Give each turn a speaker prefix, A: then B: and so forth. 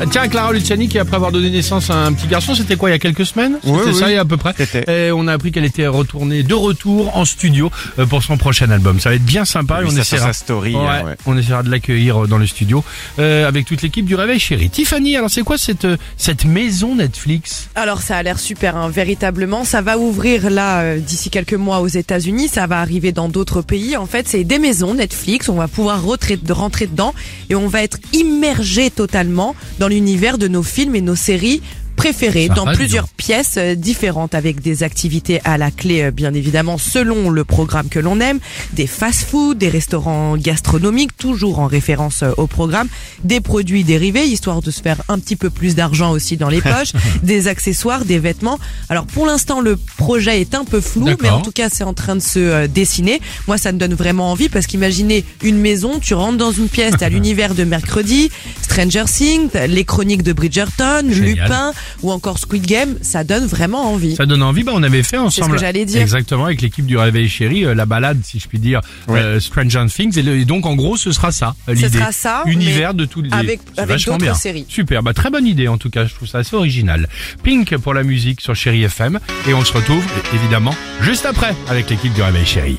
A: Ah, Tiens, Clara Luciani qui, après avoir donné naissance à un petit garçon, c'était quoi, il y a quelques semaines C'était
B: Oui,
A: ça,
B: oui.
A: il y a à peu près.
B: C'était.
A: Et on a appris qu'elle était retournée, de retour en studio euh, pour son prochain album. Ça va être bien sympa
B: T'as
A: et on
B: vu ça sur
A: essaiera.
B: sa story,
A: Ouais,
B: hein, ouais.
A: On essaiera de l'accueillir euh, dans le studio euh, avec toute l'équipe du Réveil Chéri. Tiffany, alors c'est quoi cette, euh, cette maison Netflix
C: Alors ça a l'air super, hein, véritablement. Ça va ouvrir là euh, d'ici quelques mois aux États-Unis. Ça va arriver dans d'autres pays. En fait, c'est des maisons Netflix. On va pouvoir retrait- de rentrer dedans et on va être immergé totalement dans l'univers de nos films et nos séries préférées
A: Ça
C: dans
A: va, dis
C: plusieurs pièces euh, différentes avec des activités à la clé euh, bien évidemment selon le programme que l'on aime, des fast-food, des restaurants gastronomiques toujours en référence euh, au programme, des produits dérivés histoire de se faire un petit peu plus d'argent aussi dans les poches, des accessoires, des vêtements. Alors pour l'instant le projet est un peu flou mais
A: D'accord.
C: en tout tout cas, c'est en train de se euh, dessiner. Moi, ça me donne vraiment envie parce qu'imaginez une maison, tu rentres dans une pièce, t'as l'univers de mercredi, Stranger Things, t'as les chroniques de Bridgerton,
A: Génial.
C: Lupin ou encore Squid Game, ça donne vraiment envie.
A: Ça donne envie, bah, on avait fait ensemble.
C: que j'allais dire.
A: Exactement, avec l'équipe du Réveil Chéri, euh, la balade, si je puis dire,
B: Ouais.
A: euh, Stranger Things. Et, le- et donc, en gros, ce sera ça, euh,
C: Ce
A: l'idée.
C: sera ça,
A: Univers de toutes les.
C: avec-
A: C'est
C: avec
A: vachement
C: d'autres
A: bien.
C: séries.
A: Super, bah, très bonne idée en tout cas, je trouve ça assez original. Pink pour la musique sur Chéri FM. Et on se retrouve, é- évidemment, juste après avec l'équipe du Réveil Chéri.